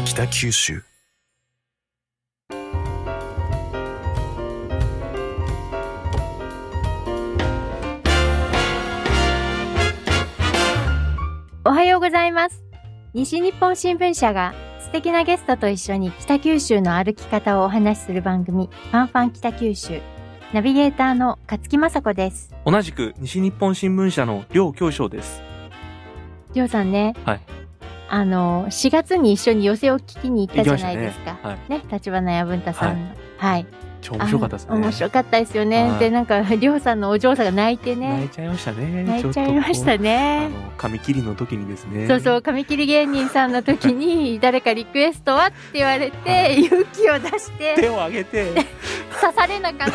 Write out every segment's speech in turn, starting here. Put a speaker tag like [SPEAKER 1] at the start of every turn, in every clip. [SPEAKER 1] ン北九州
[SPEAKER 2] おはようございます。西日本新聞社が素敵なゲストと一緒に北九州の歩き方をお話しする番組、ファンファン北九州。ナビゲーターの勝木雅子です。
[SPEAKER 3] 同じく西日本新聞社の両教授です。
[SPEAKER 2] りょうさんね、
[SPEAKER 3] はい
[SPEAKER 2] あの、4月に一緒に寄せを聞きに行ったじゃないですか。
[SPEAKER 3] はい。
[SPEAKER 2] ね、立花や文太さんの。はい。
[SPEAKER 3] 超面白かったですね。
[SPEAKER 2] あの面白かったですよね。
[SPEAKER 3] はい
[SPEAKER 2] で、なんか、りょうさんのお嬢さんが泣いて
[SPEAKER 3] 泣い
[SPEAKER 2] ね。
[SPEAKER 3] ちゃいましたね。
[SPEAKER 2] 泣いちゃいまし
[SPEAKER 3] ね。あ
[SPEAKER 2] たね。
[SPEAKER 3] の、紙切りの時にですね。
[SPEAKER 2] そうそう、髪切り芸人さんの時 に、誰かリクエストはって言われて、
[SPEAKER 3] は
[SPEAKER 2] 勇気を出して、
[SPEAKER 3] 手を挙げ て、
[SPEAKER 2] 刺されな かっ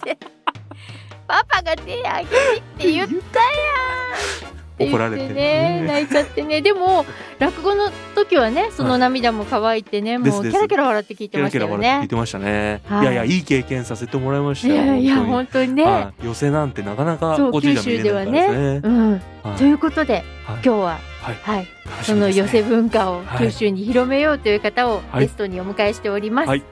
[SPEAKER 2] た。でパパが手あげてって言ったやんって言って、ね、
[SPEAKER 3] 怒られてね
[SPEAKER 2] 泣いちゃってねでも落語の時はねその涙も乾いてね、
[SPEAKER 3] です
[SPEAKER 2] もう
[SPEAKER 3] で
[SPEAKER 2] キ
[SPEAKER 3] す
[SPEAKER 2] ャラキャラ笑って聞いて
[SPEAKER 3] キラ
[SPEAKER 2] まし
[SPEAKER 3] キラ
[SPEAKER 2] たよ
[SPEAKER 3] 笑って聞い
[SPEAKER 2] ね
[SPEAKER 3] てましたね。
[SPEAKER 2] はい
[SPEAKER 3] いやいや、いい経験させてもらいまし
[SPEAKER 2] い
[SPEAKER 3] たよ。
[SPEAKER 2] やいや
[SPEAKER 3] 本
[SPEAKER 2] 本当に
[SPEAKER 3] 当
[SPEAKER 2] ね、
[SPEAKER 3] にはい。予選なんてなかなか
[SPEAKER 2] そう
[SPEAKER 3] こっちじゃ見れなかったですね。
[SPEAKER 2] うん
[SPEAKER 3] はい
[SPEAKER 2] ということで
[SPEAKER 3] はい
[SPEAKER 2] 今日は
[SPEAKER 3] はい
[SPEAKER 2] はい
[SPEAKER 3] 楽し
[SPEAKER 2] そ
[SPEAKER 3] み
[SPEAKER 2] の
[SPEAKER 3] ですね
[SPEAKER 2] 寄せ文化を
[SPEAKER 3] はい
[SPEAKER 2] 九州に広めようという方を
[SPEAKER 3] はい
[SPEAKER 2] ゲストにお迎えしております、
[SPEAKER 3] はい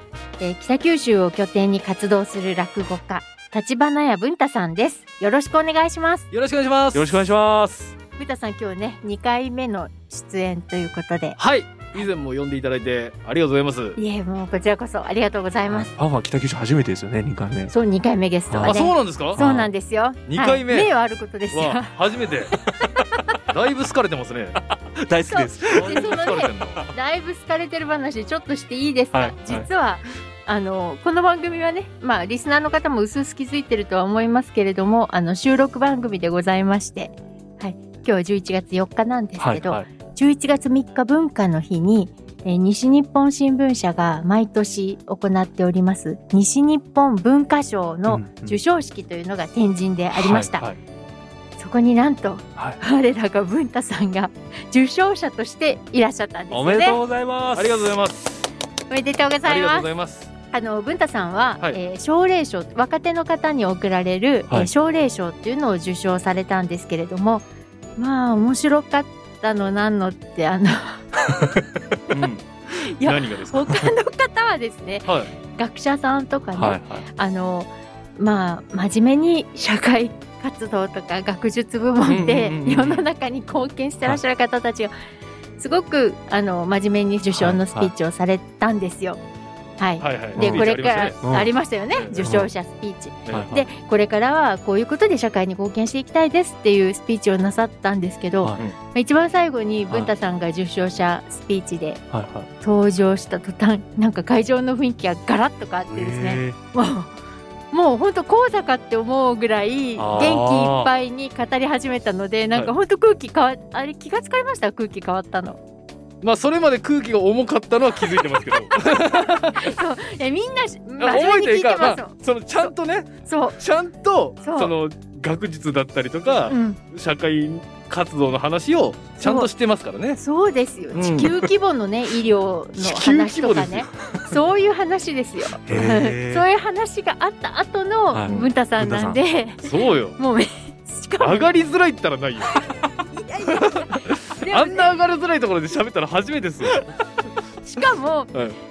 [SPEAKER 2] えー北九州を拠点に活動する落語家立花屋文太さんですよろしくお願いします
[SPEAKER 4] よろしくお願いします。
[SPEAKER 3] よろしくお願いします。
[SPEAKER 2] 文太さん今日ね2回目の出演ということで
[SPEAKER 4] はい、以前も呼んでいただいてありがとうございます。
[SPEAKER 2] いえもうこちらこそありがとうございます、
[SPEAKER 3] ファンファン北九州初めてですよね、2回目。
[SPEAKER 2] そう2回目ゲストは
[SPEAKER 4] あ、
[SPEAKER 2] ね
[SPEAKER 4] そうなんですか。
[SPEAKER 2] そうなんですよ
[SPEAKER 4] 二回目
[SPEAKER 2] はい、名誉あることですよ
[SPEAKER 4] わ、初め て。だいぶ好かれてますね。
[SPEAKER 3] 大好きです。
[SPEAKER 4] だいぶ好かれてんの。
[SPEAKER 2] だいぶ好かれてる話ちょっとしていいですか、
[SPEAKER 3] はいはい
[SPEAKER 2] 実はあのこの番組はねまあリスナーの方も薄々気づいてるとは思いますけれどもあの収録番組でございまして、はい、今日11月4日なんです
[SPEAKER 3] は
[SPEAKER 2] け
[SPEAKER 3] い。
[SPEAKER 2] ど、
[SPEAKER 3] はい。
[SPEAKER 2] 11月3日文化の日に、えー西日本新聞社が毎年行っております西日本文化賞
[SPEAKER 3] う
[SPEAKER 2] の
[SPEAKER 3] んうん
[SPEAKER 2] 授賞式というのが天神でありました、
[SPEAKER 3] はい
[SPEAKER 2] そこになんと
[SPEAKER 3] はい
[SPEAKER 2] 我らが文太さんが受賞者としていらっしゃったんです
[SPEAKER 3] お
[SPEAKER 2] よ
[SPEAKER 3] めで
[SPEAKER 2] ね
[SPEAKER 3] とうございます。
[SPEAKER 4] ありがとうござい
[SPEAKER 3] す。
[SPEAKER 4] ます。
[SPEAKER 2] おめでとうござ
[SPEAKER 4] あ
[SPEAKER 2] い
[SPEAKER 4] りがとう
[SPEAKER 2] ま
[SPEAKER 4] ご
[SPEAKER 2] す。
[SPEAKER 4] ざいます。
[SPEAKER 2] あの文太さんは、
[SPEAKER 4] はい
[SPEAKER 2] えー奨励賞若手の方に贈られる、
[SPEAKER 3] はい
[SPEAKER 2] えー奨励賞っていうのを受賞されたんですけれども、まあ面白かったのなんのってあの
[SPEAKER 4] うん
[SPEAKER 2] いや
[SPEAKER 4] 何がですか。
[SPEAKER 2] 他の方はですね
[SPEAKER 4] はい。
[SPEAKER 2] 学者さんとかね、
[SPEAKER 3] はいはい。
[SPEAKER 2] あのまあ真面目に社会活動とか学術部門で
[SPEAKER 4] うんうんうんうん
[SPEAKER 2] 世の中に貢献してらっしゃる方たちがすごくあの真面目に受賞のスピーチをされたんですよ。はい、
[SPEAKER 4] はいはい。
[SPEAKER 2] で
[SPEAKER 3] うん
[SPEAKER 2] これか
[SPEAKER 4] ありましたね
[SPEAKER 2] らありましたよね
[SPEAKER 4] うん
[SPEAKER 2] 受賞者スピーチ。
[SPEAKER 4] ね
[SPEAKER 3] はい
[SPEAKER 2] でこれからはこういうことで社会に貢献していきたいですっていうスピーチをなさったんですけど、
[SPEAKER 3] はい
[SPEAKER 2] まあ一番最後に
[SPEAKER 3] はい
[SPEAKER 2] 文太さんが受賞者スピーチで
[SPEAKER 3] はいはい。
[SPEAKER 2] 登場した途端 なんか会場の雰囲気がガラッと変わってですね、
[SPEAKER 3] へー
[SPEAKER 2] もうもう本当講座かって思うぐらい
[SPEAKER 3] あー
[SPEAKER 2] 元気いっぱいに語り始めたのでなんか本当空気変わあれ気がつかれました空気変わったの。
[SPEAKER 4] まあそれまで空気が重かったのは気づいてますけど。
[SPEAKER 2] そういやみんなし 真面
[SPEAKER 4] 重いと
[SPEAKER 2] 目に聞
[SPEAKER 4] い
[SPEAKER 2] いうて
[SPEAKER 4] か、
[SPEAKER 2] ます
[SPEAKER 4] まあそのちゃんとね、
[SPEAKER 2] そう
[SPEAKER 4] ちゃんと
[SPEAKER 2] そう
[SPEAKER 4] その学術だったりとか
[SPEAKER 2] う、ん
[SPEAKER 4] 社会活動の話をちゃんとしてますからね。
[SPEAKER 2] そうですよ。
[SPEAKER 4] うん
[SPEAKER 2] 地球規模の ね、医療の話とかね
[SPEAKER 4] 地球規模、
[SPEAKER 2] そういう話ですよ。 そう
[SPEAKER 3] へー
[SPEAKER 2] いう話があった後
[SPEAKER 3] は
[SPEAKER 2] の
[SPEAKER 3] い
[SPEAKER 2] 文太さんなんで、
[SPEAKER 4] そうよ。
[SPEAKER 2] もうめしかも
[SPEAKER 4] 上がりづらいったらないよ。
[SPEAKER 2] で
[SPEAKER 4] あ
[SPEAKER 2] も
[SPEAKER 4] んな上がりづらいところで喋ったら初めてですよ。
[SPEAKER 2] しかも
[SPEAKER 4] はい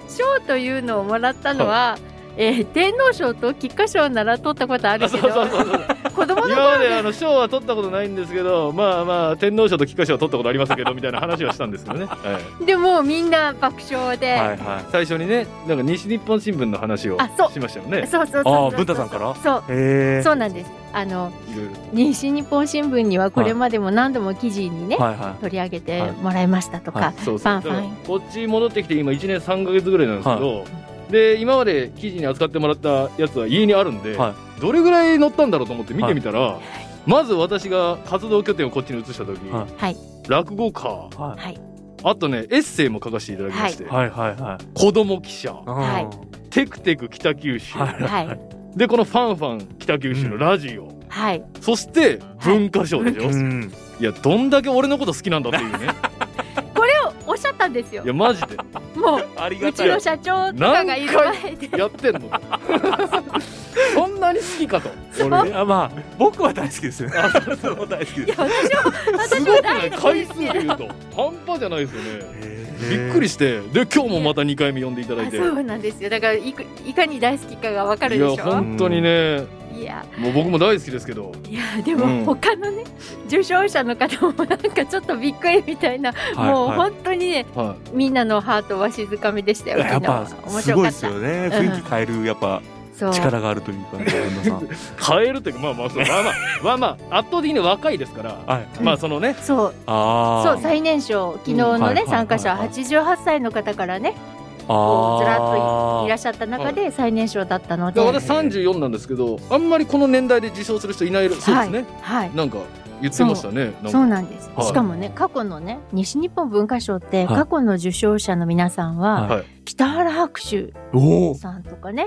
[SPEAKER 2] 賞というのをもらったのは。えー天皇賞と菊花賞なら取ったことある
[SPEAKER 4] あ
[SPEAKER 2] け
[SPEAKER 4] そう
[SPEAKER 2] ど
[SPEAKER 4] そうそうそう。
[SPEAKER 2] 子供の
[SPEAKER 4] 今ま
[SPEAKER 2] 頃
[SPEAKER 4] であの賞は取ったことないんですけど、まあまあ天皇賞と菊花賞は取ったことありますけどみたいな話はしたんですけど ね。はい
[SPEAKER 2] でもうみんな爆笑で、
[SPEAKER 3] はいはい。
[SPEAKER 4] 最初にね、なんか西日本新聞の話を
[SPEAKER 2] あそう
[SPEAKER 4] しましたよね。
[SPEAKER 2] そうそうそうそう
[SPEAKER 3] ああ、文太さんから
[SPEAKER 2] そう
[SPEAKER 3] へえ。
[SPEAKER 2] そうなんですあの
[SPEAKER 4] いろいろ と
[SPEAKER 2] 西日本新聞にはこれまでも何度も記事にね、
[SPEAKER 3] はいは
[SPEAKER 2] 取り上げてもらいましたとか、
[SPEAKER 3] はい
[SPEAKER 4] そうそう
[SPEAKER 2] ファンファン
[SPEAKER 4] だからこっち戻ってきて今1年3か月ぐらいなんですけど、で今まで記事に扱ってもらったやつは家にあるんで、
[SPEAKER 3] は
[SPEAKER 4] どれぐらい載ったんだろうと思って見てみたら、まず私が活動拠点をこっちに移した時、
[SPEAKER 3] は
[SPEAKER 2] はい
[SPEAKER 4] 落語家
[SPEAKER 3] い。は
[SPEAKER 2] はい
[SPEAKER 4] あとねエッセイも書かせていただきまして、
[SPEAKER 3] い。はいはいは
[SPEAKER 4] 子供記者
[SPEAKER 3] い。うん
[SPEAKER 2] はい
[SPEAKER 4] テクテク北九州、
[SPEAKER 3] はい
[SPEAKER 2] はい
[SPEAKER 4] でこの「ファンファン北九州」のラジオ、
[SPEAKER 2] はい
[SPEAKER 4] そして文化賞でしょ、
[SPEAKER 3] う
[SPEAKER 4] い、
[SPEAKER 3] ん。
[SPEAKER 4] やどんだけ俺のこと好きなんだっていう ね
[SPEAKER 2] これをおっしゃったんですよ
[SPEAKER 4] いやマジで
[SPEAKER 2] もう
[SPEAKER 3] あり
[SPEAKER 2] うちの社長とかがいる前で
[SPEAKER 4] やってんのそんななに好きかと。
[SPEAKER 3] 俺ねあまあ僕は大好きですよね。僕も大好 き
[SPEAKER 2] いや
[SPEAKER 3] です。
[SPEAKER 2] 私も
[SPEAKER 4] す
[SPEAKER 2] 私
[SPEAKER 4] ご
[SPEAKER 2] も
[SPEAKER 4] くない
[SPEAKER 2] 大好き
[SPEAKER 4] 回
[SPEAKER 2] で
[SPEAKER 4] 数
[SPEAKER 2] す
[SPEAKER 4] で
[SPEAKER 2] け
[SPEAKER 4] 言う
[SPEAKER 2] ど
[SPEAKER 4] と半端じゃないですよね。び
[SPEAKER 3] び
[SPEAKER 4] っくり
[SPEAKER 3] し
[SPEAKER 4] してで今日もまた2回目呼んでいただい
[SPEAKER 2] あ
[SPEAKER 4] て。
[SPEAKER 2] そうなんですよだからいくいかに大好きかがわかる
[SPEAKER 4] い
[SPEAKER 2] で
[SPEAKER 4] や
[SPEAKER 2] しょ
[SPEAKER 4] 本当にね、
[SPEAKER 2] いや
[SPEAKER 4] もう僕も大好きですけど、
[SPEAKER 2] いやで
[SPEAKER 4] う
[SPEAKER 2] も
[SPEAKER 4] ん
[SPEAKER 2] 他のね、受賞者の方もなんかちょっとびっくりみたいな、
[SPEAKER 3] た
[SPEAKER 2] もう本当にね
[SPEAKER 4] は
[SPEAKER 2] みんなのハートは静かみでしたよ
[SPEAKER 3] やっぱ
[SPEAKER 2] 昨日面
[SPEAKER 3] す
[SPEAKER 2] 白
[SPEAKER 3] ごい
[SPEAKER 2] か
[SPEAKER 3] で
[SPEAKER 2] っ
[SPEAKER 3] す
[SPEAKER 2] た
[SPEAKER 3] よね。
[SPEAKER 2] うん
[SPEAKER 3] 雰囲気変えるやっぱ
[SPEAKER 2] そう
[SPEAKER 3] 力があるというか、ね、本田さん。
[SPEAKER 4] い、変えるというかまあまあそうまあまあまあまあ圧倒的に若いですから、
[SPEAKER 3] はい。
[SPEAKER 4] まあそのね
[SPEAKER 2] そう
[SPEAKER 3] ああ。
[SPEAKER 2] そう最年少昨日の
[SPEAKER 3] うんはいはい
[SPEAKER 2] ね、
[SPEAKER 3] はい
[SPEAKER 2] 参加者88歳の方からねこ
[SPEAKER 3] あー
[SPEAKER 2] うずらっといいらっしゃった中で最年少だったの
[SPEAKER 4] で
[SPEAKER 2] で、
[SPEAKER 4] 私34なんですけどあんまりこの年代で自称する人いないそうですね、
[SPEAKER 2] はい、
[SPEAKER 4] なんか言ってましたねなんか
[SPEAKER 2] そうなんです、
[SPEAKER 4] はい
[SPEAKER 2] しかもね過去のね西日本文化賞って
[SPEAKER 3] はい
[SPEAKER 2] 過去の受賞者の皆さんは、
[SPEAKER 4] はい
[SPEAKER 2] 北原白秋
[SPEAKER 3] おお。
[SPEAKER 2] さんとかね、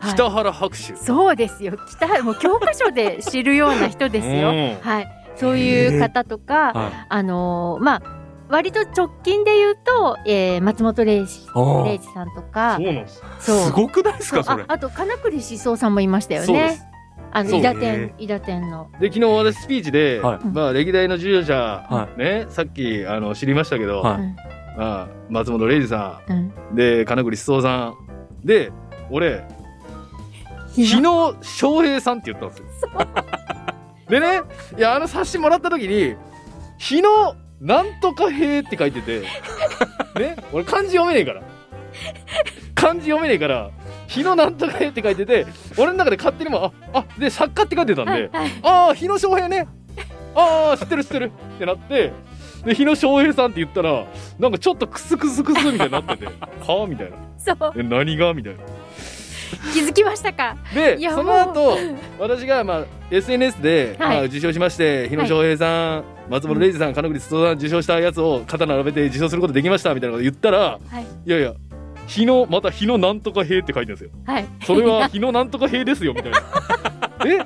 [SPEAKER 2] はい
[SPEAKER 4] 北原白秋
[SPEAKER 2] そうですよ北原もう教科書で知るような人です
[SPEAKER 4] う
[SPEAKER 2] よ、
[SPEAKER 4] ん
[SPEAKER 2] はい、そういう方とか、
[SPEAKER 3] はい。
[SPEAKER 2] あのーまあ割と直近で言うと、えー、松本零士
[SPEAKER 3] お
[SPEAKER 2] 零士さんとか
[SPEAKER 4] そうなんです
[SPEAKER 3] すごくないですか
[SPEAKER 2] そ
[SPEAKER 3] そうれ
[SPEAKER 2] あ。あと金栗志宗さんもいましたよ
[SPEAKER 4] そうで
[SPEAKER 2] ね
[SPEAKER 4] す
[SPEAKER 2] あの
[SPEAKER 4] そう
[SPEAKER 2] 伊
[SPEAKER 3] です
[SPEAKER 2] 達天伊達天の
[SPEAKER 4] で昨日私スピーチで、
[SPEAKER 3] はい
[SPEAKER 4] まあ歴代の受賞者、
[SPEAKER 3] は
[SPEAKER 4] ねさっきあの知りましたけど、
[SPEAKER 3] はい
[SPEAKER 2] うん
[SPEAKER 4] まあ松本零士さ
[SPEAKER 2] うん
[SPEAKER 4] んで金栗須藤さんで俺日野翔平さんって言ったんですよ。でねいやあの冊子もらった時に「日野なんとか平」って書い ててね俺漢字読めねえから漢字読めねえから「日野なんとか平」って書いてて俺の中で勝手にも「ああで作家」って書いてたん
[SPEAKER 2] はい
[SPEAKER 4] で
[SPEAKER 2] はい
[SPEAKER 4] 「ああ日野翔平ねああ知ってる知ってる」ってなって。で日野翔平さんって言ったらなんかちょっとクスクスクスみたいになってて「はあ?」みたいな
[SPEAKER 2] そう
[SPEAKER 4] 「え何が?」みたいな。
[SPEAKER 2] 気づきましたか
[SPEAKER 4] で
[SPEAKER 2] いや
[SPEAKER 4] その
[SPEAKER 2] も
[SPEAKER 4] 後
[SPEAKER 2] う
[SPEAKER 4] 私が、まあ、SNS で、
[SPEAKER 2] はい
[SPEAKER 4] まあ、受賞しまして日野翔平さん、松本零士さん金栗須藤さん受賞したやつを肩並べて受賞することできましたみたいなこと言ったら
[SPEAKER 2] はい
[SPEAKER 4] いやいや日野また日野なんとか兵って書いてあるんですよ
[SPEAKER 2] はい
[SPEAKER 4] それは日野なんとか兵ですよみたいな え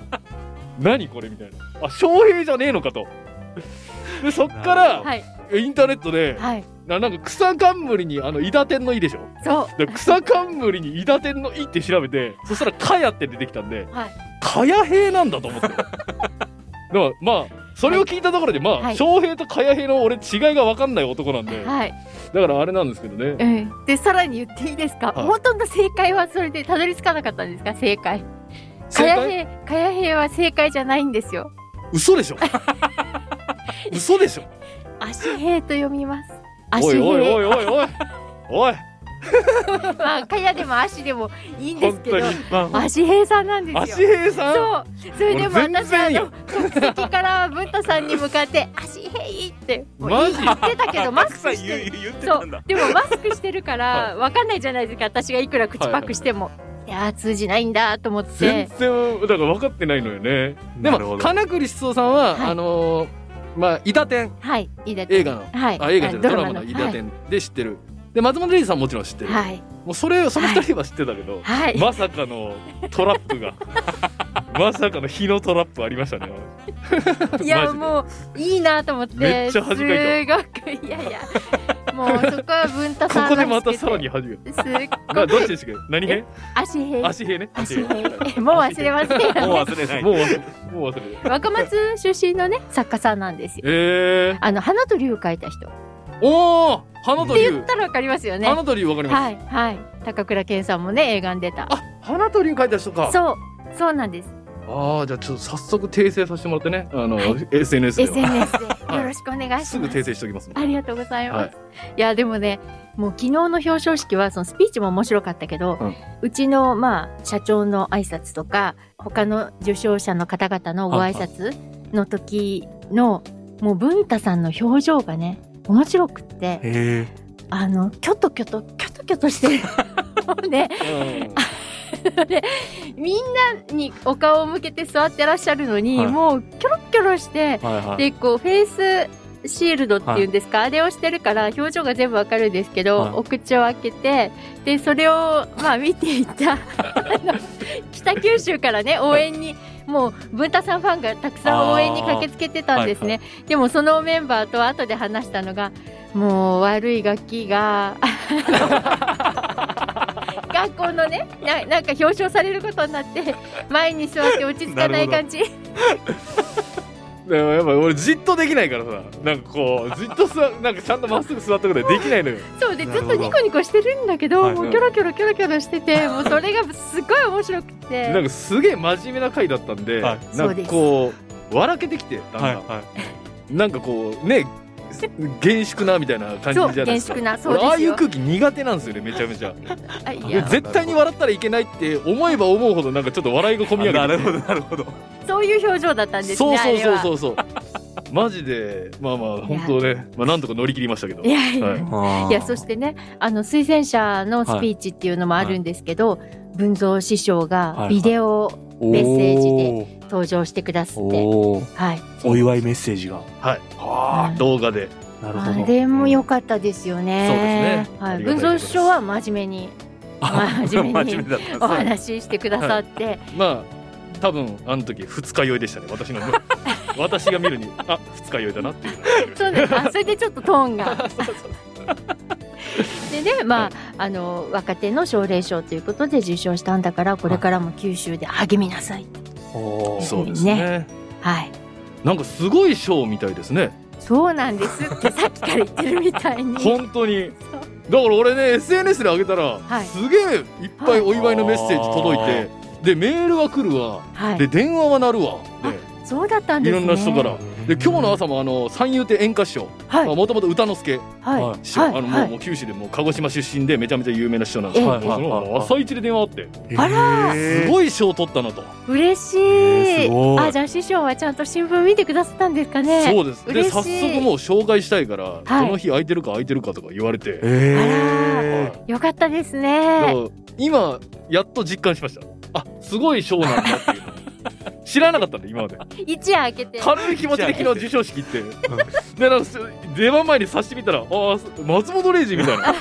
[SPEAKER 4] 何これみたいなあ翔平じゃねえのかとでそっ
[SPEAKER 3] な
[SPEAKER 4] から
[SPEAKER 2] はい
[SPEAKER 4] インターネットで
[SPEAKER 2] はい
[SPEAKER 4] ななんか草冠にあの伊達天の「い」でしょ
[SPEAKER 2] そう
[SPEAKER 4] で草冠に伊達天の「い」って調べてそしたら「かや」って出てきたんで
[SPEAKER 2] はい
[SPEAKER 4] かや兵なんだ と思ってだからまあそれを聞いたところで、ま
[SPEAKER 2] は
[SPEAKER 4] あ
[SPEAKER 2] い
[SPEAKER 4] 翔平とかや兵の俺違いが分かんない男なんで
[SPEAKER 2] はい
[SPEAKER 4] だからあれなんですけどね
[SPEAKER 2] うんでさらに言っていいですか、
[SPEAKER 4] はい
[SPEAKER 2] 本当の正解はそれでたどり着かなかったんですか正解か
[SPEAKER 4] 正
[SPEAKER 2] や
[SPEAKER 4] 解
[SPEAKER 2] へかやへは正解じゃないんですよ
[SPEAKER 4] 嘘でしょ 嘘でしょ
[SPEAKER 2] 足へと読みます
[SPEAKER 4] お
[SPEAKER 2] 足
[SPEAKER 4] い
[SPEAKER 2] へ
[SPEAKER 4] おいおいおいおいおい
[SPEAKER 2] まあかやでも足でもいいんです
[SPEAKER 4] 本
[SPEAKER 2] け
[SPEAKER 4] 当
[SPEAKER 2] ど
[SPEAKER 4] に
[SPEAKER 3] まあ
[SPEAKER 2] 足へさんなんですよ
[SPEAKER 4] 足兵さん
[SPEAKER 2] そうそれでも
[SPEAKER 4] 俺全
[SPEAKER 2] 私あ
[SPEAKER 4] 然
[SPEAKER 2] の
[SPEAKER 4] よ
[SPEAKER 2] 客席から文太さんに向かって足へいってもう
[SPEAKER 4] マジ
[SPEAKER 2] 言ってたけどマス
[SPEAKER 3] さ
[SPEAKER 2] ク
[SPEAKER 3] ん
[SPEAKER 2] し
[SPEAKER 3] 言
[SPEAKER 2] て
[SPEAKER 3] う言って
[SPEAKER 2] そ
[SPEAKER 3] た
[SPEAKER 2] うん
[SPEAKER 3] だ。
[SPEAKER 2] でもマスクしてるから、
[SPEAKER 4] は
[SPEAKER 2] わかんないじゃないですか私がいくら口パクしても、いやー通じないんだと思って
[SPEAKER 4] 全然だから分かってないのよねで
[SPEAKER 3] なる
[SPEAKER 4] も
[SPEAKER 3] ほど
[SPEAKER 4] 金栗志宗さんは、
[SPEAKER 2] はい
[SPEAKER 4] あのーまあ伊達天
[SPEAKER 2] はいいいです
[SPEAKER 4] 映画の
[SPEAKER 2] はい
[SPEAKER 4] あ映画じゃないドラマ
[SPEAKER 2] の
[SPEAKER 4] の伊達天で知ってる、で松本零士さんももちろん知ってる、
[SPEAKER 2] はい
[SPEAKER 4] もうそれその二人は知ってたけど、
[SPEAKER 2] はい、
[SPEAKER 4] まさかのトラッ プがまさかの火のトラップありましたね
[SPEAKER 2] い
[SPEAKER 4] マ
[SPEAKER 2] や
[SPEAKER 4] ジで
[SPEAKER 2] もういいなと思って
[SPEAKER 4] めっちゃ恥かい
[SPEAKER 2] すごくいやいやもうそこは文太
[SPEAKER 4] こ
[SPEAKER 2] さん
[SPEAKER 4] こ
[SPEAKER 2] らし
[SPEAKER 4] で
[SPEAKER 2] く
[SPEAKER 4] ま
[SPEAKER 2] て
[SPEAKER 4] たさらに始める
[SPEAKER 2] すっご
[SPEAKER 4] など
[SPEAKER 2] く
[SPEAKER 4] っちでしたっけ何編
[SPEAKER 2] 足へい
[SPEAKER 4] 足編ね
[SPEAKER 2] 足
[SPEAKER 4] 編もう
[SPEAKER 2] へいもう忘れませんよね
[SPEAKER 3] もう忘れない。
[SPEAKER 4] 忘れもう忘れる
[SPEAKER 2] 若松出身のね作家さんなんですよ。
[SPEAKER 4] えー、
[SPEAKER 2] あの花と竜書いた人っ
[SPEAKER 4] おお花と
[SPEAKER 2] て
[SPEAKER 4] 竜、
[SPEAKER 2] 言ったらわかりますよね。
[SPEAKER 4] 花と竜わかります、
[SPEAKER 2] はいはい高倉健さんもね映画に出た。
[SPEAKER 4] あ花と竜書いた人か
[SPEAKER 2] そうそうなんです。
[SPEAKER 4] ああじゃあちょっと早速訂正させてもらってねあの、
[SPEAKER 2] はい
[SPEAKER 4] SNS では
[SPEAKER 2] SNS でよろしくお願いします。
[SPEAKER 4] すぐ訂正しておきますね
[SPEAKER 2] ありがとうございます。、
[SPEAKER 4] はい
[SPEAKER 2] やでもねもう昨日の表彰式はそのスピーチも面白かったけど、
[SPEAKER 4] う
[SPEAKER 2] うんちのまあ社長の挨拶とか他の受賞者の方々のご挨拶の時のもう文太さんの表情がね面白くって。
[SPEAKER 3] へえ。
[SPEAKER 2] あのキョトキョトキョトキョトして るもうね
[SPEAKER 4] うん
[SPEAKER 2] みんなにお顔を向けて座ってらっしゃるのに、
[SPEAKER 3] はい
[SPEAKER 2] もうキョロキョロして
[SPEAKER 3] はいはい。
[SPEAKER 2] でこうフェイスシールドっていうんですか、あれをしてるから表情が全部わかるんですけど、
[SPEAKER 3] はい
[SPEAKER 2] お口を開けてでそれをまあ見て いたあの北九州からね応援に、もう文太さんファンがたくさん応援に駆けつけてたんですね、
[SPEAKER 3] あ
[SPEAKER 2] でもそのメンバーと後で話し たのがもう悪い楽器があの楽学校のねななんか表彰されることになって前に座って落ち着かない感じ
[SPEAKER 4] でもやっぱ俺じっとできないからさなんかこうじっ とさなんかちゃんとまっすぐ座ったことはできないのよ
[SPEAKER 2] そうで
[SPEAKER 3] な
[SPEAKER 2] ず
[SPEAKER 3] る
[SPEAKER 2] っ
[SPEAKER 3] ほ
[SPEAKER 2] と
[SPEAKER 3] ど
[SPEAKER 2] ニコニコしてるんだけど、
[SPEAKER 3] はい
[SPEAKER 2] もうキョロキョロキョロキョロして てもうそれがすごい面白くて
[SPEAKER 4] なんかすげえ真面目な回だったんで、
[SPEAKER 3] はい
[SPEAKER 4] なんかこう笑けてきてだんだん、
[SPEAKER 3] はいはい
[SPEAKER 4] なんかこうね厳粛なみたいな感じじゃないですか
[SPEAKER 2] そう厳粛なそうですよ
[SPEAKER 4] ああいう空気苦手なんですよねめちゃめちゃ
[SPEAKER 2] あい
[SPEAKER 4] いや
[SPEAKER 2] や
[SPEAKER 4] 絶対に笑ったらいけないって思えば思うほどなんかちょっと笑いが込み上
[SPEAKER 3] あなる
[SPEAKER 4] げて
[SPEAKER 3] ほどなるほど
[SPEAKER 2] そういう表情だったんですね
[SPEAKER 4] そうそうそう
[SPEAKER 2] う
[SPEAKER 4] そうそうマジでまあまあ本当ね、まあ、なんとか乗り切りましたけど
[SPEAKER 2] いやいや、
[SPEAKER 4] は
[SPEAKER 2] い
[SPEAKER 4] い
[SPEAKER 2] やそしてねあの推薦者のスピーチっていうのもあるんですけど、文蔵師匠
[SPEAKER 3] はいは
[SPEAKER 2] が
[SPEAKER 3] い
[SPEAKER 2] ビデオメッセージ
[SPEAKER 3] ジで
[SPEAKER 2] 登場してくださって、
[SPEAKER 3] おー
[SPEAKER 2] はい、
[SPEAKER 3] お祝いメッセージが
[SPEAKER 4] はい
[SPEAKER 3] は
[SPEAKER 4] 動画で
[SPEAKER 3] あなる
[SPEAKER 2] あ
[SPEAKER 3] ほど
[SPEAKER 2] れも良かったですよね。
[SPEAKER 4] そうですね
[SPEAKER 2] は
[SPEAKER 4] あ
[SPEAKER 2] い、
[SPEAKER 4] りがたい
[SPEAKER 2] 文
[SPEAKER 4] ことで
[SPEAKER 2] 蔵
[SPEAKER 4] す
[SPEAKER 2] 師匠は真面目に
[SPEAKER 3] あ
[SPEAKER 2] 真面 目に
[SPEAKER 3] 真面目だったんですね
[SPEAKER 2] お話ししてくださって、
[SPEAKER 4] まあ多分あの時二日酔いでしたね私の 私が見るにあ二日酔いだなっていうのが分かりまし
[SPEAKER 2] そうね、あそれでちょっとトーンが。
[SPEAKER 4] たそうそう
[SPEAKER 2] でね、まあ、
[SPEAKER 4] はい
[SPEAKER 2] あの若手の奨励賞ということで受賞したんだから、これからも九州で励みなさい。
[SPEAKER 3] おー
[SPEAKER 4] そうですね
[SPEAKER 2] はい。
[SPEAKER 4] なんかすごいショーみたいですね
[SPEAKER 2] そうなんですってさっきから言ってるみたいに。
[SPEAKER 4] 本当
[SPEAKER 2] そ
[SPEAKER 4] に
[SPEAKER 2] う
[SPEAKER 4] だから俺ね SNS で上げたら、
[SPEAKER 2] はい
[SPEAKER 4] すげえいっぱいお祝いのメッセージ届いて、でメールは来るわ
[SPEAKER 2] は
[SPEAKER 4] で
[SPEAKER 2] い。
[SPEAKER 4] 電話は鳴るわ
[SPEAKER 2] そうだったん
[SPEAKER 4] で
[SPEAKER 2] で
[SPEAKER 4] い
[SPEAKER 2] すね。
[SPEAKER 4] ろんな人から、で今日の
[SPEAKER 3] 朝
[SPEAKER 4] 朝もあの三遊亭演歌師匠
[SPEAKER 2] はい。はい。
[SPEAKER 4] もともと歌之助
[SPEAKER 2] は
[SPEAKER 3] はい
[SPEAKER 4] 師匠、
[SPEAKER 2] はい
[SPEAKER 4] あのもう
[SPEAKER 2] はい
[SPEAKER 4] もう九州でもう鹿児島出身でめちゃめちゃ有名な師匠なんですけど、
[SPEAKER 2] ええ
[SPEAKER 4] その
[SPEAKER 3] はいはいはい
[SPEAKER 4] 朝一で電話あって
[SPEAKER 2] あら
[SPEAKER 4] す
[SPEAKER 3] い
[SPEAKER 4] ごい賞を取ったなと、
[SPEAKER 2] い。嬉しい。
[SPEAKER 3] えーすごい
[SPEAKER 2] あ、じゃあ師匠はちゃんと新聞見てくださったんですかね。
[SPEAKER 4] そうですで
[SPEAKER 2] 嬉しい
[SPEAKER 4] 早速もう紹介したいから、
[SPEAKER 2] い
[SPEAKER 4] この日空いてるか空いてるかとか言われて、
[SPEAKER 3] えー
[SPEAKER 2] よかったです
[SPEAKER 4] だから
[SPEAKER 2] ね。
[SPEAKER 4] 今やっと実感しましたあすごい賞なんだってい うの知らなかったんで今まで
[SPEAKER 2] 一夜明けて。
[SPEAKER 4] 軽い気持ちで昨日授賞式行ってでなんかす出番前に察してみたらああ松本零士み たいなね、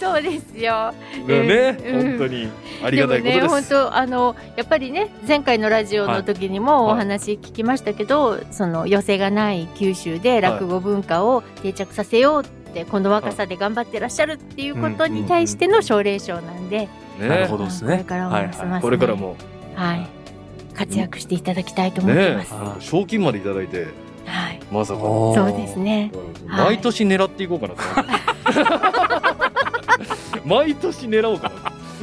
[SPEAKER 2] そうですよ。うん
[SPEAKER 4] 本当にありがたいこ
[SPEAKER 2] でもね、
[SPEAKER 4] とで
[SPEAKER 2] 本
[SPEAKER 4] す、
[SPEAKER 2] 当あのやっぱりね前回のラジオの時にも
[SPEAKER 4] は
[SPEAKER 2] お
[SPEAKER 4] い
[SPEAKER 2] 話聞きましたけど、その寄せがない九州で落語文化を定着させようって、この若さで頑張ってらっしゃるっていうことに対しての奨励賞なんで、
[SPEAKER 4] ね
[SPEAKER 3] なるほどですね
[SPEAKER 2] これからもますます、ね
[SPEAKER 4] これからも
[SPEAKER 2] はい活躍していただきたいと思ってま
[SPEAKER 4] ね
[SPEAKER 2] す。
[SPEAKER 3] あ
[SPEAKER 4] 賞金までいただいて
[SPEAKER 2] はい、
[SPEAKER 4] まさか
[SPEAKER 3] おー
[SPEAKER 2] そうですね。はい
[SPEAKER 4] 毎年狙っていこうか なと思って毎年狙おうかな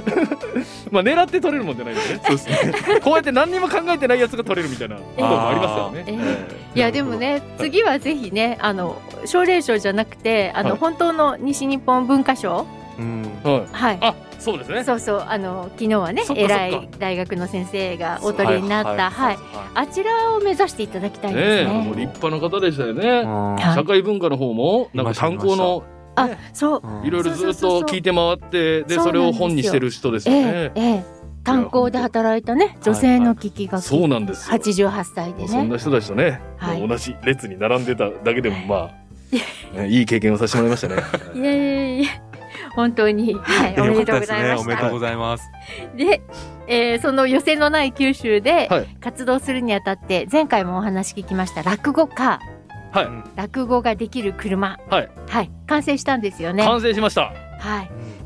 [SPEAKER 4] とまあ狙って取れるもんじゃないよね
[SPEAKER 3] そうですね
[SPEAKER 4] こうやって何にも考えてないやつが取れるみたいなこともありますからね、
[SPEAKER 2] ええい
[SPEAKER 4] え
[SPEAKER 2] やでもね次はぜひねあの奨励賞じゃなくてあの、
[SPEAKER 4] はい
[SPEAKER 2] 本当の西日本文化賞
[SPEAKER 3] うん
[SPEAKER 4] えはい
[SPEAKER 2] はい
[SPEAKER 4] あそうですね
[SPEAKER 2] そうそうあの昨日はね
[SPEAKER 4] そっかそっか
[SPEAKER 2] 偉い大学の先生がお取りになったはい、あちらを目指していただきたいで
[SPEAKER 4] ねえ
[SPEAKER 2] すね。
[SPEAKER 4] もう立派な方でしたよね
[SPEAKER 2] はい
[SPEAKER 4] 社会文化の方もなんか炭鉱の
[SPEAKER 2] あそう
[SPEAKER 3] うん
[SPEAKER 4] いろいろずっと聞いて回って
[SPEAKER 2] そうそうそう
[SPEAKER 4] で
[SPEAKER 2] そう
[SPEAKER 4] それを本にしてる人です
[SPEAKER 2] え
[SPEAKER 4] よ
[SPEAKER 2] え
[SPEAKER 4] ね
[SPEAKER 2] ええ炭鉱で働いたね女性の聞きが
[SPEAKER 4] そう
[SPEAKER 2] き
[SPEAKER 4] なんですよ
[SPEAKER 2] 八十八歳で
[SPEAKER 4] そ
[SPEAKER 2] ね
[SPEAKER 4] んな人たちとね、
[SPEAKER 2] はい
[SPEAKER 4] もう同じ列に並んでただけでもまあ、ねいい経験をさせてもらいましたね。
[SPEAKER 2] いやいやいや本当にはいおめでとうございま
[SPEAKER 3] お
[SPEAKER 2] し
[SPEAKER 3] めでと
[SPEAKER 2] た
[SPEAKER 3] うございます。
[SPEAKER 2] で、えーその予選のない九州で
[SPEAKER 4] はい
[SPEAKER 2] 活動するにあたって前回もお話聞きました落語家
[SPEAKER 4] はい
[SPEAKER 2] 落語ができる車
[SPEAKER 4] はい
[SPEAKER 2] はい完成したんですよね
[SPEAKER 4] 完成しました。
[SPEAKER 2] はい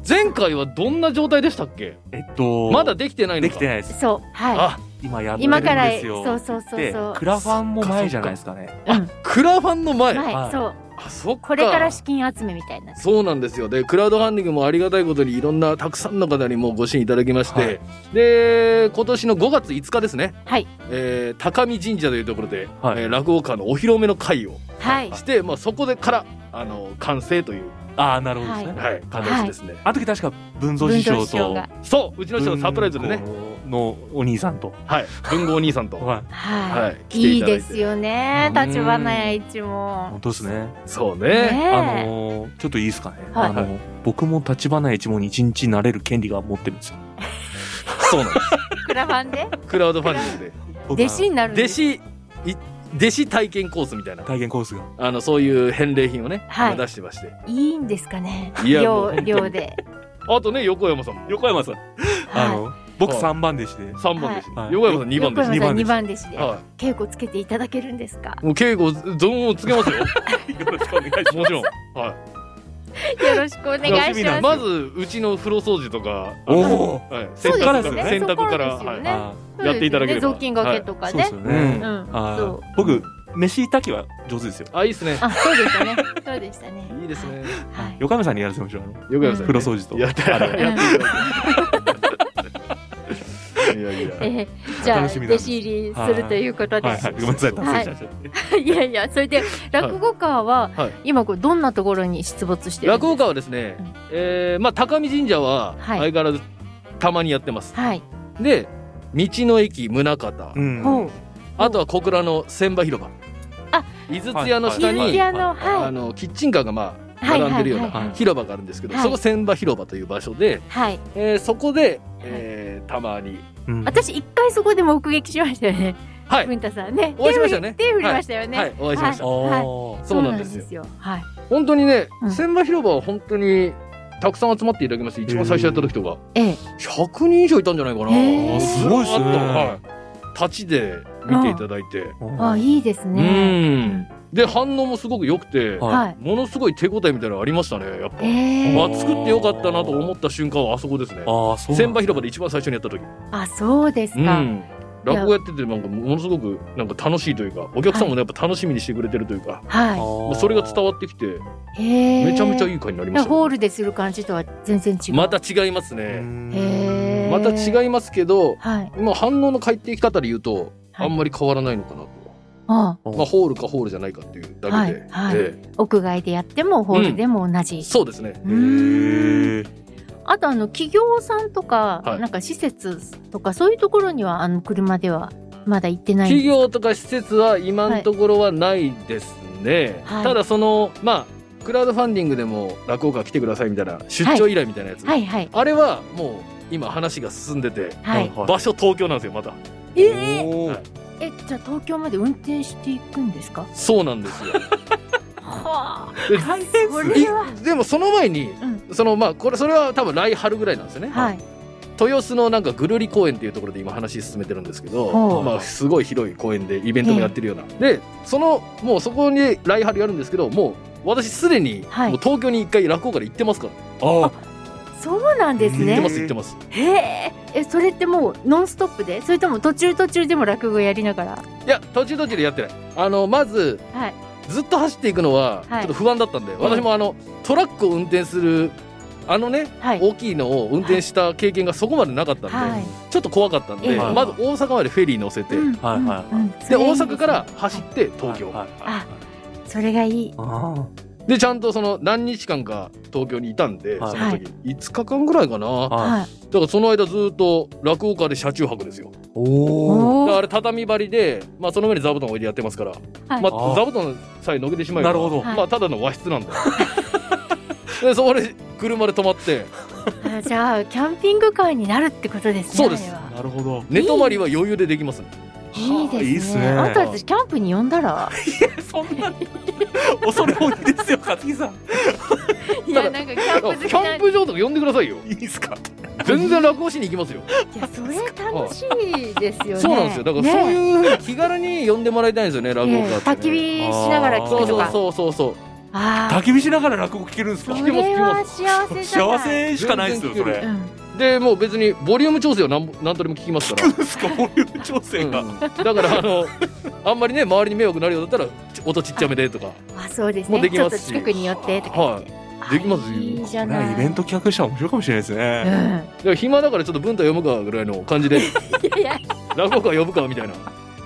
[SPEAKER 4] 前回はどんな状態でしたっけ？
[SPEAKER 3] えっと、
[SPEAKER 4] まだできてないの
[SPEAKER 3] で
[SPEAKER 4] か。
[SPEAKER 3] きてないです。
[SPEAKER 2] そうはい
[SPEAKER 4] あ、
[SPEAKER 3] 今やってる
[SPEAKER 2] 今
[SPEAKER 3] ん
[SPEAKER 2] から
[SPEAKER 3] ですよ。
[SPEAKER 2] そうそうそう
[SPEAKER 3] で
[SPEAKER 2] そう、
[SPEAKER 3] クラファンも前じゃないですかね。
[SPEAKER 2] うん、
[SPEAKER 4] クラファンの前。
[SPEAKER 2] はい、
[SPEAKER 3] はい
[SPEAKER 2] そう
[SPEAKER 4] あ、そっか。
[SPEAKER 2] これから資金集めみたいな
[SPEAKER 4] そうなんですよ。で、クラウドファンディングもありがたいことにいろんなたくさんの方にもうご支援いただきまして、
[SPEAKER 3] はい
[SPEAKER 4] で、今年の5月5日ですね、
[SPEAKER 2] はい
[SPEAKER 4] えー高見神社というところで、
[SPEAKER 3] はい
[SPEAKER 4] えー落語家のお披露目の会を
[SPEAKER 2] はい
[SPEAKER 4] して、まあ、そこでから、あの、完成という、
[SPEAKER 3] ああ、なるほどですね。
[SPEAKER 4] はい、形ですね。
[SPEAKER 3] あの時確か文蔵
[SPEAKER 2] 文
[SPEAKER 3] 師
[SPEAKER 2] 章
[SPEAKER 3] 匠
[SPEAKER 2] 師匠
[SPEAKER 3] と
[SPEAKER 2] が
[SPEAKER 4] そう、うちの人のサプライズでね、
[SPEAKER 3] 文豪のお兄さんと。
[SPEAKER 4] はい、文豪お兄さんと、
[SPEAKER 3] はい。
[SPEAKER 2] はい、
[SPEAKER 4] はいい、
[SPEAKER 2] い
[SPEAKER 4] 来ていただいて
[SPEAKER 2] ですよね
[SPEAKER 3] うん
[SPEAKER 2] 立花栄一も
[SPEAKER 3] 本当ですね。
[SPEAKER 4] そう
[SPEAKER 2] ね
[SPEAKER 4] ね。
[SPEAKER 2] え
[SPEAKER 3] あのーちょっといいですかね。
[SPEAKER 2] はい
[SPEAKER 3] あのー僕も立花一門に一日なれる権利が持ってるんですよ。
[SPEAKER 4] そうなんで。
[SPEAKER 2] クラファンです
[SPEAKER 4] クラウドファンディング
[SPEAKER 3] 僕
[SPEAKER 2] 弟
[SPEAKER 3] は
[SPEAKER 2] 子になるん
[SPEAKER 4] で、
[SPEAKER 2] で
[SPEAKER 4] 弟
[SPEAKER 2] す
[SPEAKER 4] 子、い弟子体験コースみたいな、
[SPEAKER 3] 体験コースが。
[SPEAKER 4] あの、そういう返礼品をね、
[SPEAKER 2] はい
[SPEAKER 4] 出してまして。
[SPEAKER 2] いいんですかね
[SPEAKER 4] いやもう
[SPEAKER 2] 寮
[SPEAKER 4] 本
[SPEAKER 2] 寮
[SPEAKER 4] 当に
[SPEAKER 2] で、
[SPEAKER 4] あとね、横山さんも。
[SPEAKER 3] 横山さん。あ
[SPEAKER 2] は
[SPEAKER 3] の、僕
[SPEAKER 4] はい
[SPEAKER 3] 3番弟子で。
[SPEAKER 4] 三番です、
[SPEAKER 3] はい
[SPEAKER 4] 横山さん
[SPEAKER 2] い、
[SPEAKER 4] 二番で
[SPEAKER 2] 横山
[SPEAKER 4] す
[SPEAKER 2] さん
[SPEAKER 3] 二
[SPEAKER 2] 二
[SPEAKER 3] 番
[SPEAKER 2] 番弟子で
[SPEAKER 4] は
[SPEAKER 2] 稽古つけていただけるんですか
[SPEAKER 4] い。もう稽古、存をつけますよ。
[SPEAKER 3] よろしくお願いし
[SPEAKER 4] もちろん。は
[SPEAKER 2] よろしくお願い
[SPEAKER 3] 楽しみ
[SPEAKER 2] し
[SPEAKER 3] な
[SPEAKER 2] ま
[SPEAKER 3] んで
[SPEAKER 2] す。
[SPEAKER 4] まずうちの風呂掃除とかあ
[SPEAKER 3] お
[SPEAKER 4] の
[SPEAKER 3] お
[SPEAKER 4] はい
[SPEAKER 3] そこからですよね
[SPEAKER 4] 洗濯から
[SPEAKER 2] そこからですよね
[SPEAKER 4] は
[SPEAKER 3] あ
[SPEAKER 4] やっていただければ
[SPEAKER 2] そうですね雑巾がけとか
[SPEAKER 3] そうで
[SPEAKER 2] ね
[SPEAKER 3] す。よ
[SPEAKER 4] うん
[SPEAKER 3] ね
[SPEAKER 2] う。ん。
[SPEAKER 3] あ
[SPEAKER 2] そ
[SPEAKER 3] ー
[SPEAKER 2] う。
[SPEAKER 3] 僕飯炊きは上手ですよ。
[SPEAKER 4] あいいですね
[SPEAKER 2] あ、そうでしたね。そうでしたね。
[SPEAKER 4] いいですね
[SPEAKER 2] はい。
[SPEAKER 3] 横山さんにやらせましょう。あの
[SPEAKER 4] よくやる
[SPEAKER 3] 風呂掃除と。
[SPEAKER 4] やったら
[SPEAKER 3] あの
[SPEAKER 4] やってくださいいやいや
[SPEAKER 2] えーじゃあ
[SPEAKER 3] 楽し
[SPEAKER 2] 弟
[SPEAKER 3] みな
[SPEAKER 2] 子
[SPEAKER 3] んです
[SPEAKER 2] 入りするということで
[SPEAKER 3] はいはい。ごめんなさい。達成しちゃって。
[SPEAKER 2] いやいや、それで落語家は
[SPEAKER 4] はい
[SPEAKER 2] 今こうどんなところに出没してるんです
[SPEAKER 4] 落
[SPEAKER 2] か。
[SPEAKER 4] 語家はですね、
[SPEAKER 2] うん
[SPEAKER 4] えーまあ、高見神社は
[SPEAKER 2] はい
[SPEAKER 4] 相変わらずたまにやってます、
[SPEAKER 2] はい。
[SPEAKER 4] で道の駅宗像、
[SPEAKER 3] うん
[SPEAKER 2] ほう。
[SPEAKER 4] あとは小倉の千葉広場
[SPEAKER 2] あ
[SPEAKER 4] 井筒屋の下
[SPEAKER 2] 水
[SPEAKER 4] に、
[SPEAKER 2] 木屋の
[SPEAKER 4] あ
[SPEAKER 2] はい
[SPEAKER 4] のキッチンカーがまあ
[SPEAKER 2] はい
[SPEAKER 4] 並んでるよう
[SPEAKER 2] はい
[SPEAKER 3] はいは
[SPEAKER 4] ない広場があるんですけど、
[SPEAKER 2] はい
[SPEAKER 4] そこ千葉広場という場所で、
[SPEAKER 2] はい。
[SPEAKER 4] えーそこで、えーたまに
[SPEAKER 3] うん
[SPEAKER 2] 私一回そこで目撃しましたよね。
[SPEAKER 4] はい
[SPEAKER 2] 文太さんね。
[SPEAKER 4] お会いしましたよね
[SPEAKER 2] 手振り手振りましたよね。
[SPEAKER 4] はいお会いしました、
[SPEAKER 2] は
[SPEAKER 3] おー
[SPEAKER 4] そうなんですよ
[SPEAKER 2] よ。はい。
[SPEAKER 4] 本当にね、
[SPEAKER 2] うん
[SPEAKER 4] 千葉広場は本当にたくさん集まっていただきまして一番最初やった時とか
[SPEAKER 2] ええ。
[SPEAKER 4] 100人以上いたんじゃないかな、
[SPEAKER 2] へー
[SPEAKER 3] すごいっすね
[SPEAKER 4] はい立ちで見ていただいて、
[SPEAKER 2] あ、いいです
[SPEAKER 4] う
[SPEAKER 2] ね。
[SPEAKER 4] んで反応もすごく良くて、
[SPEAKER 3] ん
[SPEAKER 2] はい。
[SPEAKER 4] ものすごい手応えみたいなのありましたねやっぱ、
[SPEAKER 2] ええ
[SPEAKER 4] まあ、作ってよかったなと思った瞬間はあそこですね
[SPEAKER 3] ああ、そう。
[SPEAKER 4] 千葉広場で一番最初にやった時、
[SPEAKER 2] あ、そうです
[SPEAKER 4] う
[SPEAKER 2] か。
[SPEAKER 4] ん、落語やっててなんかものすごくなんか楽しいというかお客さんもねやっぱ楽しみにしてくれてるというか、
[SPEAKER 2] は
[SPEAKER 4] も
[SPEAKER 3] 場
[SPEAKER 4] うそれが伝
[SPEAKER 3] わ
[SPEAKER 4] わってきて
[SPEAKER 2] い。へえ。
[SPEAKER 4] めちゃめちゃ
[SPEAKER 2] い。
[SPEAKER 4] いい会になりましたね、
[SPEAKER 2] ホールでする感じとは全然違う。
[SPEAKER 4] また違いますね、
[SPEAKER 2] へー
[SPEAKER 4] また違いますけど
[SPEAKER 2] はい。
[SPEAKER 4] まあ反応の返っていき方で言うと
[SPEAKER 2] はい
[SPEAKER 4] あんまり変わらないのかなと、
[SPEAKER 2] あ
[SPEAKER 4] まあ、ホールかホールじゃないかっていうだけで、
[SPEAKER 2] はいはい
[SPEAKER 4] ええ
[SPEAKER 2] 屋外でやってもホールでも同じ。
[SPEAKER 4] そうですね
[SPEAKER 2] うーん
[SPEAKER 3] へえ。
[SPEAKER 2] あとあの企業さんとか、
[SPEAKER 4] はい
[SPEAKER 2] なんか施設とかそういうところにはあの車ではまだ行ってないんで
[SPEAKER 4] 企
[SPEAKER 2] す
[SPEAKER 4] 業とか施設は今のところはないですね、
[SPEAKER 2] はい
[SPEAKER 4] ただそのまあクラウドファンディングでも落語家来てくださいみたいな出張依頼みたいなやつ、
[SPEAKER 2] はいはい
[SPEAKER 4] あれはもう今話が進んでて
[SPEAKER 2] はい。
[SPEAKER 4] 場所東京なんですよまた
[SPEAKER 2] ええ
[SPEAKER 3] お
[SPEAKER 4] はい
[SPEAKER 3] ー
[SPEAKER 2] えじゃあ東京まで運転していくんですか？
[SPEAKER 4] そうなんですよ
[SPEAKER 2] はあ。
[SPEAKER 4] で
[SPEAKER 2] 大変これは。
[SPEAKER 4] いでもその前に、
[SPEAKER 2] う
[SPEAKER 4] そのまあこれそれは多分来春ぐらいなんですよね、
[SPEAKER 2] はい。
[SPEAKER 4] 豊洲のなんかぐるり公園っていうところで今話進めてるんですけ
[SPEAKER 2] ほ
[SPEAKER 4] ど、
[SPEAKER 2] う
[SPEAKER 4] まあ、すごい広い公園でイベントもやってるような、でそのもうそこに来春やるんですけどもう私すでに
[SPEAKER 2] はい
[SPEAKER 4] もう東京に一回落語から行ってますから、
[SPEAKER 3] あ
[SPEAKER 2] そうなんです
[SPEAKER 4] 行ってま
[SPEAKER 2] ね。
[SPEAKER 4] す行ってます
[SPEAKER 2] へえ。えそれってもうノンストップで、それとも途中途中でも落語やりながら。
[SPEAKER 4] いや途中途中でやってないあのまず
[SPEAKER 2] はい。
[SPEAKER 4] ずっと走っていくのはちょ
[SPEAKER 2] はい
[SPEAKER 4] っと不安だったんで、私もあのトラックを運転するあのね
[SPEAKER 2] はい。
[SPEAKER 4] 大きいのを運転した経験がそこまでなかったんで、
[SPEAKER 2] はい。
[SPEAKER 4] ちょっと怖かったんで、
[SPEAKER 2] はい
[SPEAKER 4] まず大阪までフェリー乗せて、
[SPEAKER 2] うん
[SPEAKER 3] はいはい
[SPEAKER 2] うんうん
[SPEAKER 4] で
[SPEAKER 2] それいい
[SPEAKER 4] 大
[SPEAKER 2] すね
[SPEAKER 4] 阪から走って東京、
[SPEAKER 3] はいはいはい
[SPEAKER 2] それがいい。
[SPEAKER 3] あ
[SPEAKER 4] でちゃんとその何日間か東京にいたんで、
[SPEAKER 3] はい
[SPEAKER 4] その時5日間ぐらいかな、
[SPEAKER 3] ー
[SPEAKER 2] は
[SPEAKER 3] はい
[SPEAKER 2] い。
[SPEAKER 4] だからその間ずっと落語家で車中泊ですよ
[SPEAKER 3] おお
[SPEAKER 4] だからあ
[SPEAKER 2] お。
[SPEAKER 4] れ畳張りで、まあ、その上に座布団置いてやってますから、
[SPEAKER 2] はい
[SPEAKER 4] ま
[SPEAKER 3] あ
[SPEAKER 4] あ、
[SPEAKER 3] ー
[SPEAKER 4] 座布団さえのけてしまえば
[SPEAKER 3] なるほど
[SPEAKER 4] まあ、ただの和室なんだ でそこで車で泊まって
[SPEAKER 2] あじゃあキャンピングカーになるってことですね。
[SPEAKER 4] そうです
[SPEAKER 2] あれは
[SPEAKER 3] なるほ ど
[SPEAKER 4] 寝泊まりは余裕でできますね
[SPEAKER 2] いいですね。
[SPEAKER 3] いいっすね
[SPEAKER 2] あと私キャンプに呼んだら。
[SPEAKER 3] そんな 恐れ多いですよ勝木さん
[SPEAKER 2] い
[SPEAKER 4] や
[SPEAKER 2] や
[SPEAKER 4] た
[SPEAKER 2] な
[SPEAKER 4] だ
[SPEAKER 2] んかキ
[SPEAKER 4] あ
[SPEAKER 2] ャンプ
[SPEAKER 4] キ
[SPEAKER 2] 好きな
[SPEAKER 4] ャンプ場とか呼んでくださいよ
[SPEAKER 3] いいですか
[SPEAKER 4] 全然落語しに行きますよ
[SPEAKER 2] いやそれ楽しいですよね。
[SPEAKER 4] そうなんですよだからそう
[SPEAKER 2] う
[SPEAKER 4] いうふうに気軽に呼んでもらいたいんですよね落語家ってね、
[SPEAKER 2] 焚き火しながら聞
[SPEAKER 4] そう
[SPEAKER 2] くと
[SPEAKER 4] そう
[SPEAKER 2] か。
[SPEAKER 4] そうそうそう
[SPEAKER 2] ああ
[SPEAKER 3] 焚き火しながら落語聞けるんです
[SPEAKER 2] そ
[SPEAKER 3] か
[SPEAKER 4] 聞けます
[SPEAKER 2] れは幸せじゃない。
[SPEAKER 3] 幸せしかないですよそ
[SPEAKER 4] 全然聞け
[SPEAKER 2] う
[SPEAKER 3] れ
[SPEAKER 2] ん。
[SPEAKER 4] でもう別にボリューム調整は何何とでも聞きますから
[SPEAKER 3] 聞くん ですかボリューム調整が、
[SPEAKER 4] うんだからあのあんまりね周りに迷惑になるようだったらち音ちっちゃめでとか
[SPEAKER 2] あそうです
[SPEAKER 4] もう
[SPEAKER 2] ね。
[SPEAKER 4] で
[SPEAKER 2] ち
[SPEAKER 4] き
[SPEAKER 2] ょ
[SPEAKER 4] ま
[SPEAKER 2] っと
[SPEAKER 4] すし
[SPEAKER 2] 近くに寄ってとか言って。あ
[SPEAKER 4] できますよ
[SPEAKER 2] いいじゃ
[SPEAKER 3] こ
[SPEAKER 2] な
[SPEAKER 3] れ
[SPEAKER 2] い。
[SPEAKER 3] イベント企画したら面白いかもしれないです
[SPEAKER 2] うん。
[SPEAKER 3] ね、
[SPEAKER 4] だから暇だからちょっと文太読むかぐらいの感 じで
[SPEAKER 2] いやい
[SPEAKER 4] 落語家呼ぶかみたいな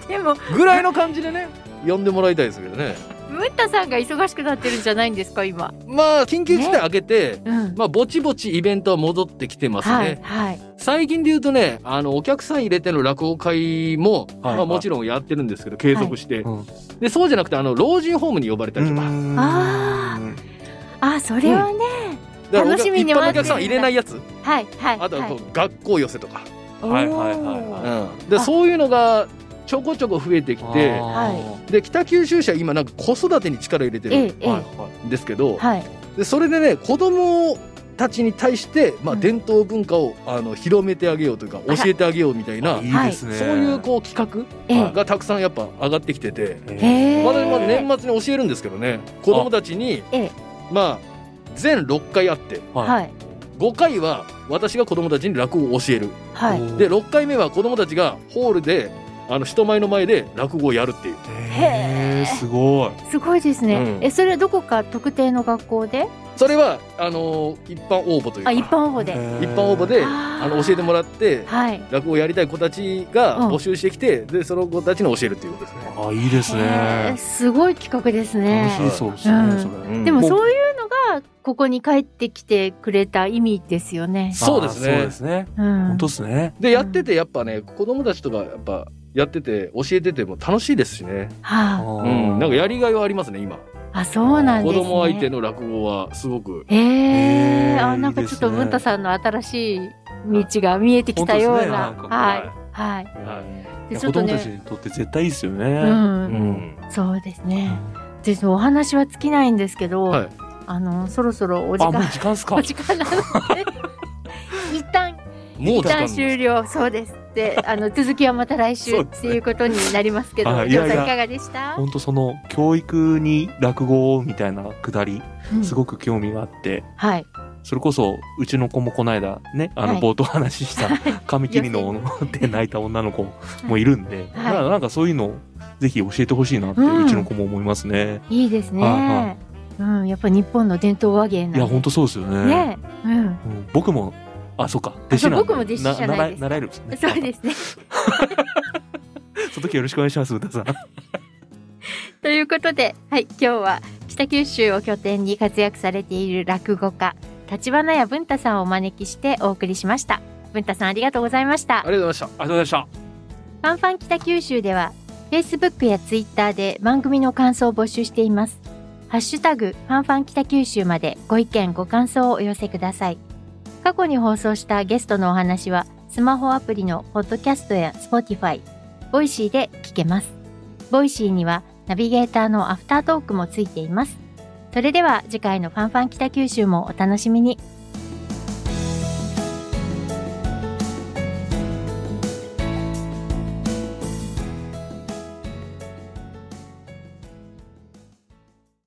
[SPEAKER 2] やでも
[SPEAKER 4] ぐらいの感じでね呼んでもらいたいですけどね
[SPEAKER 2] ムッタさんが忙しくなってるんじゃないんですか今。
[SPEAKER 4] まあ緊急事態明けて、
[SPEAKER 2] うん。
[SPEAKER 4] まあぼちぼちイベントは戻ってきてますね、
[SPEAKER 2] はいはい。
[SPEAKER 4] 最近で言うとねあのお客さん入れての落語会も、
[SPEAKER 3] はい
[SPEAKER 4] まあ、もちろんやってるんですけど継続して、
[SPEAKER 3] うん
[SPEAKER 4] でそうじゃなくてあの老人ホームに呼ばれたりとか
[SPEAKER 2] ああそれはね。
[SPEAKER 4] だからお客
[SPEAKER 2] 楽しみに待ってる
[SPEAKER 4] 一般のお客さん入れないやつ
[SPEAKER 2] はいはい。
[SPEAKER 4] あとは
[SPEAKER 2] は
[SPEAKER 4] こう
[SPEAKER 2] い
[SPEAKER 4] 学校寄せとか、
[SPEAKER 3] はいはいはい
[SPEAKER 2] おー
[SPEAKER 3] は
[SPEAKER 4] で
[SPEAKER 2] あ
[SPEAKER 4] そういうのがちょこちょこ増えてきて
[SPEAKER 2] は
[SPEAKER 4] で北九州市は今なんか子育てに力入れて
[SPEAKER 2] ええ
[SPEAKER 4] る
[SPEAKER 2] ええ。
[SPEAKER 4] んですけど、
[SPEAKER 2] はい。
[SPEAKER 4] でそれでね子供たちに対して、まあ、
[SPEAKER 2] うん
[SPEAKER 4] 伝統文化をあの広めてあげようというか
[SPEAKER 2] あら
[SPEAKER 4] 教えてあげようみたいな、
[SPEAKER 3] いいいです
[SPEAKER 4] そう
[SPEAKER 3] ね、
[SPEAKER 4] いうこう企
[SPEAKER 2] え
[SPEAKER 4] 画
[SPEAKER 2] え。
[SPEAKER 4] がたくさんやっぱ上がってきてて、
[SPEAKER 3] え
[SPEAKER 2] へえ。
[SPEAKER 4] まあ、年末に教えるんですけどね子供たちに
[SPEAKER 2] ええ
[SPEAKER 4] まあ全6回あって
[SPEAKER 3] は。
[SPEAKER 2] はいい。
[SPEAKER 4] 5回は私が子供たちに落語を教える
[SPEAKER 2] はい。
[SPEAKER 3] い
[SPEAKER 4] で、6回目は子供たちがホールであの人前の前で落語をやるっていう
[SPEAKER 3] へえ、すご
[SPEAKER 2] すごいですね。
[SPEAKER 4] うん
[SPEAKER 2] え、それはどこか特定の学校で
[SPEAKER 4] それはあのー一般応募というか
[SPEAKER 2] あ、一般応募
[SPEAKER 3] い。
[SPEAKER 2] で。
[SPEAKER 4] 一般応募で
[SPEAKER 2] あー
[SPEAKER 4] あの教えてもらって
[SPEAKER 2] はい。
[SPEAKER 4] 落語をやりたい子たちが
[SPEAKER 2] うん
[SPEAKER 4] 募集してきて、でその子たちに教えるっていうことですね。
[SPEAKER 3] あ、いいです
[SPEAKER 2] へー
[SPEAKER 3] ね。
[SPEAKER 2] すごい企画です
[SPEAKER 3] 楽
[SPEAKER 2] ね。
[SPEAKER 3] しそうですね、
[SPEAKER 2] うん
[SPEAKER 3] それ。
[SPEAKER 4] うん
[SPEAKER 2] でも
[SPEAKER 4] もう
[SPEAKER 2] そういうのがここに帰ってきてくれた意味ですよね。
[SPEAKER 4] そうですね
[SPEAKER 3] あーそうですね。
[SPEAKER 2] うん
[SPEAKER 3] 本当ですね。
[SPEAKER 4] でやっててやっぱね子供たちとかやっぱやってて教えてても楽しいですしね、
[SPEAKER 2] は
[SPEAKER 4] うん、なんかや
[SPEAKER 3] り、
[SPEAKER 4] りがいはありますね今
[SPEAKER 2] あ、あ、そうなんで
[SPEAKER 4] 子
[SPEAKER 2] すね。
[SPEAKER 4] 供相手の落語はすごく
[SPEAKER 2] へえ
[SPEAKER 3] へー
[SPEAKER 2] あ、なんか
[SPEAKER 3] いい
[SPEAKER 2] ち
[SPEAKER 3] で
[SPEAKER 2] ょっ
[SPEAKER 3] す
[SPEAKER 2] と
[SPEAKER 3] ね
[SPEAKER 2] 文太さんの新しい道が見えてきたような。
[SPEAKER 3] 本当ですね
[SPEAKER 2] は
[SPEAKER 4] なん
[SPEAKER 2] い。はい。
[SPEAKER 3] はい
[SPEAKER 2] で
[SPEAKER 3] いや
[SPEAKER 2] ちょっ
[SPEAKER 3] 子
[SPEAKER 2] と
[SPEAKER 3] 供
[SPEAKER 2] ね
[SPEAKER 3] たちにとって絶対いいですよね。
[SPEAKER 2] うん。
[SPEAKER 4] うん
[SPEAKER 2] そうですね。で、お話は尽きないんですけど、
[SPEAKER 4] はい
[SPEAKER 2] あの、そろそろお時
[SPEAKER 3] あ、もう
[SPEAKER 2] 間、
[SPEAKER 3] 時間ですか
[SPEAKER 2] お。時間 なので、一旦、
[SPEAKER 4] もう
[SPEAKER 2] 一
[SPEAKER 4] 時間
[SPEAKER 2] 旦
[SPEAKER 4] です
[SPEAKER 2] 終了。そうです。で、あの、続きはまた来週
[SPEAKER 3] そう
[SPEAKER 2] っ
[SPEAKER 3] です
[SPEAKER 2] て
[SPEAKER 3] ね
[SPEAKER 2] いうことになりますけど、
[SPEAKER 3] はいい
[SPEAKER 2] ジ
[SPEAKER 3] や
[SPEAKER 2] ョー
[SPEAKER 3] い
[SPEAKER 2] さ
[SPEAKER 3] や
[SPEAKER 2] んいかがでした
[SPEAKER 3] 本当その教育に落語をみたいなくだり、
[SPEAKER 2] うん
[SPEAKER 3] すごく興味があって、
[SPEAKER 2] はい。
[SPEAKER 3] それこそうちの子もこの間ね、あ
[SPEAKER 2] は
[SPEAKER 3] の
[SPEAKER 2] い
[SPEAKER 3] 冒頭話しした 髪切りので泣いた女の子もいるんで、
[SPEAKER 2] はい
[SPEAKER 3] なんかなんかそういうのをぜひ教えてほしいなって
[SPEAKER 2] うん
[SPEAKER 3] うちの子も思いますね。
[SPEAKER 2] いいですね。
[SPEAKER 3] は
[SPEAKER 2] うん、やっぱ日本の伝統和芸なんで
[SPEAKER 3] いや本当そうですよね。
[SPEAKER 2] ね。うん。
[SPEAKER 3] うん僕もあそうか弟子
[SPEAKER 2] そう
[SPEAKER 3] なんで
[SPEAKER 2] 僕も弟子じゃないです
[SPEAKER 3] 習習えるんですね。
[SPEAKER 2] そうですね。
[SPEAKER 3] その時よろしくお願いします、歌さん。
[SPEAKER 2] ということで、はい、今日は北九州を拠点に活躍されている落語家、立花屋文太さんをお招きしてお送りしました。文太さんありがとうございました。
[SPEAKER 4] ありがとうござ
[SPEAKER 3] あ
[SPEAKER 4] いまし
[SPEAKER 3] りがとうございました。
[SPEAKER 2] ファンファン北九州では、Facebook や Twitter で番組の感想を募集しています。ハッシュタグ、ファンファン北九州までご意見、ご感想をお寄せください。過去に放送したゲストのお話は、スマホアプリのポッドキャストや Spotify、ボイシーで聞けます。ボイシーにはナビゲーターのアフタートークもついています。それでは次回のファンファン北九州もお楽しみに。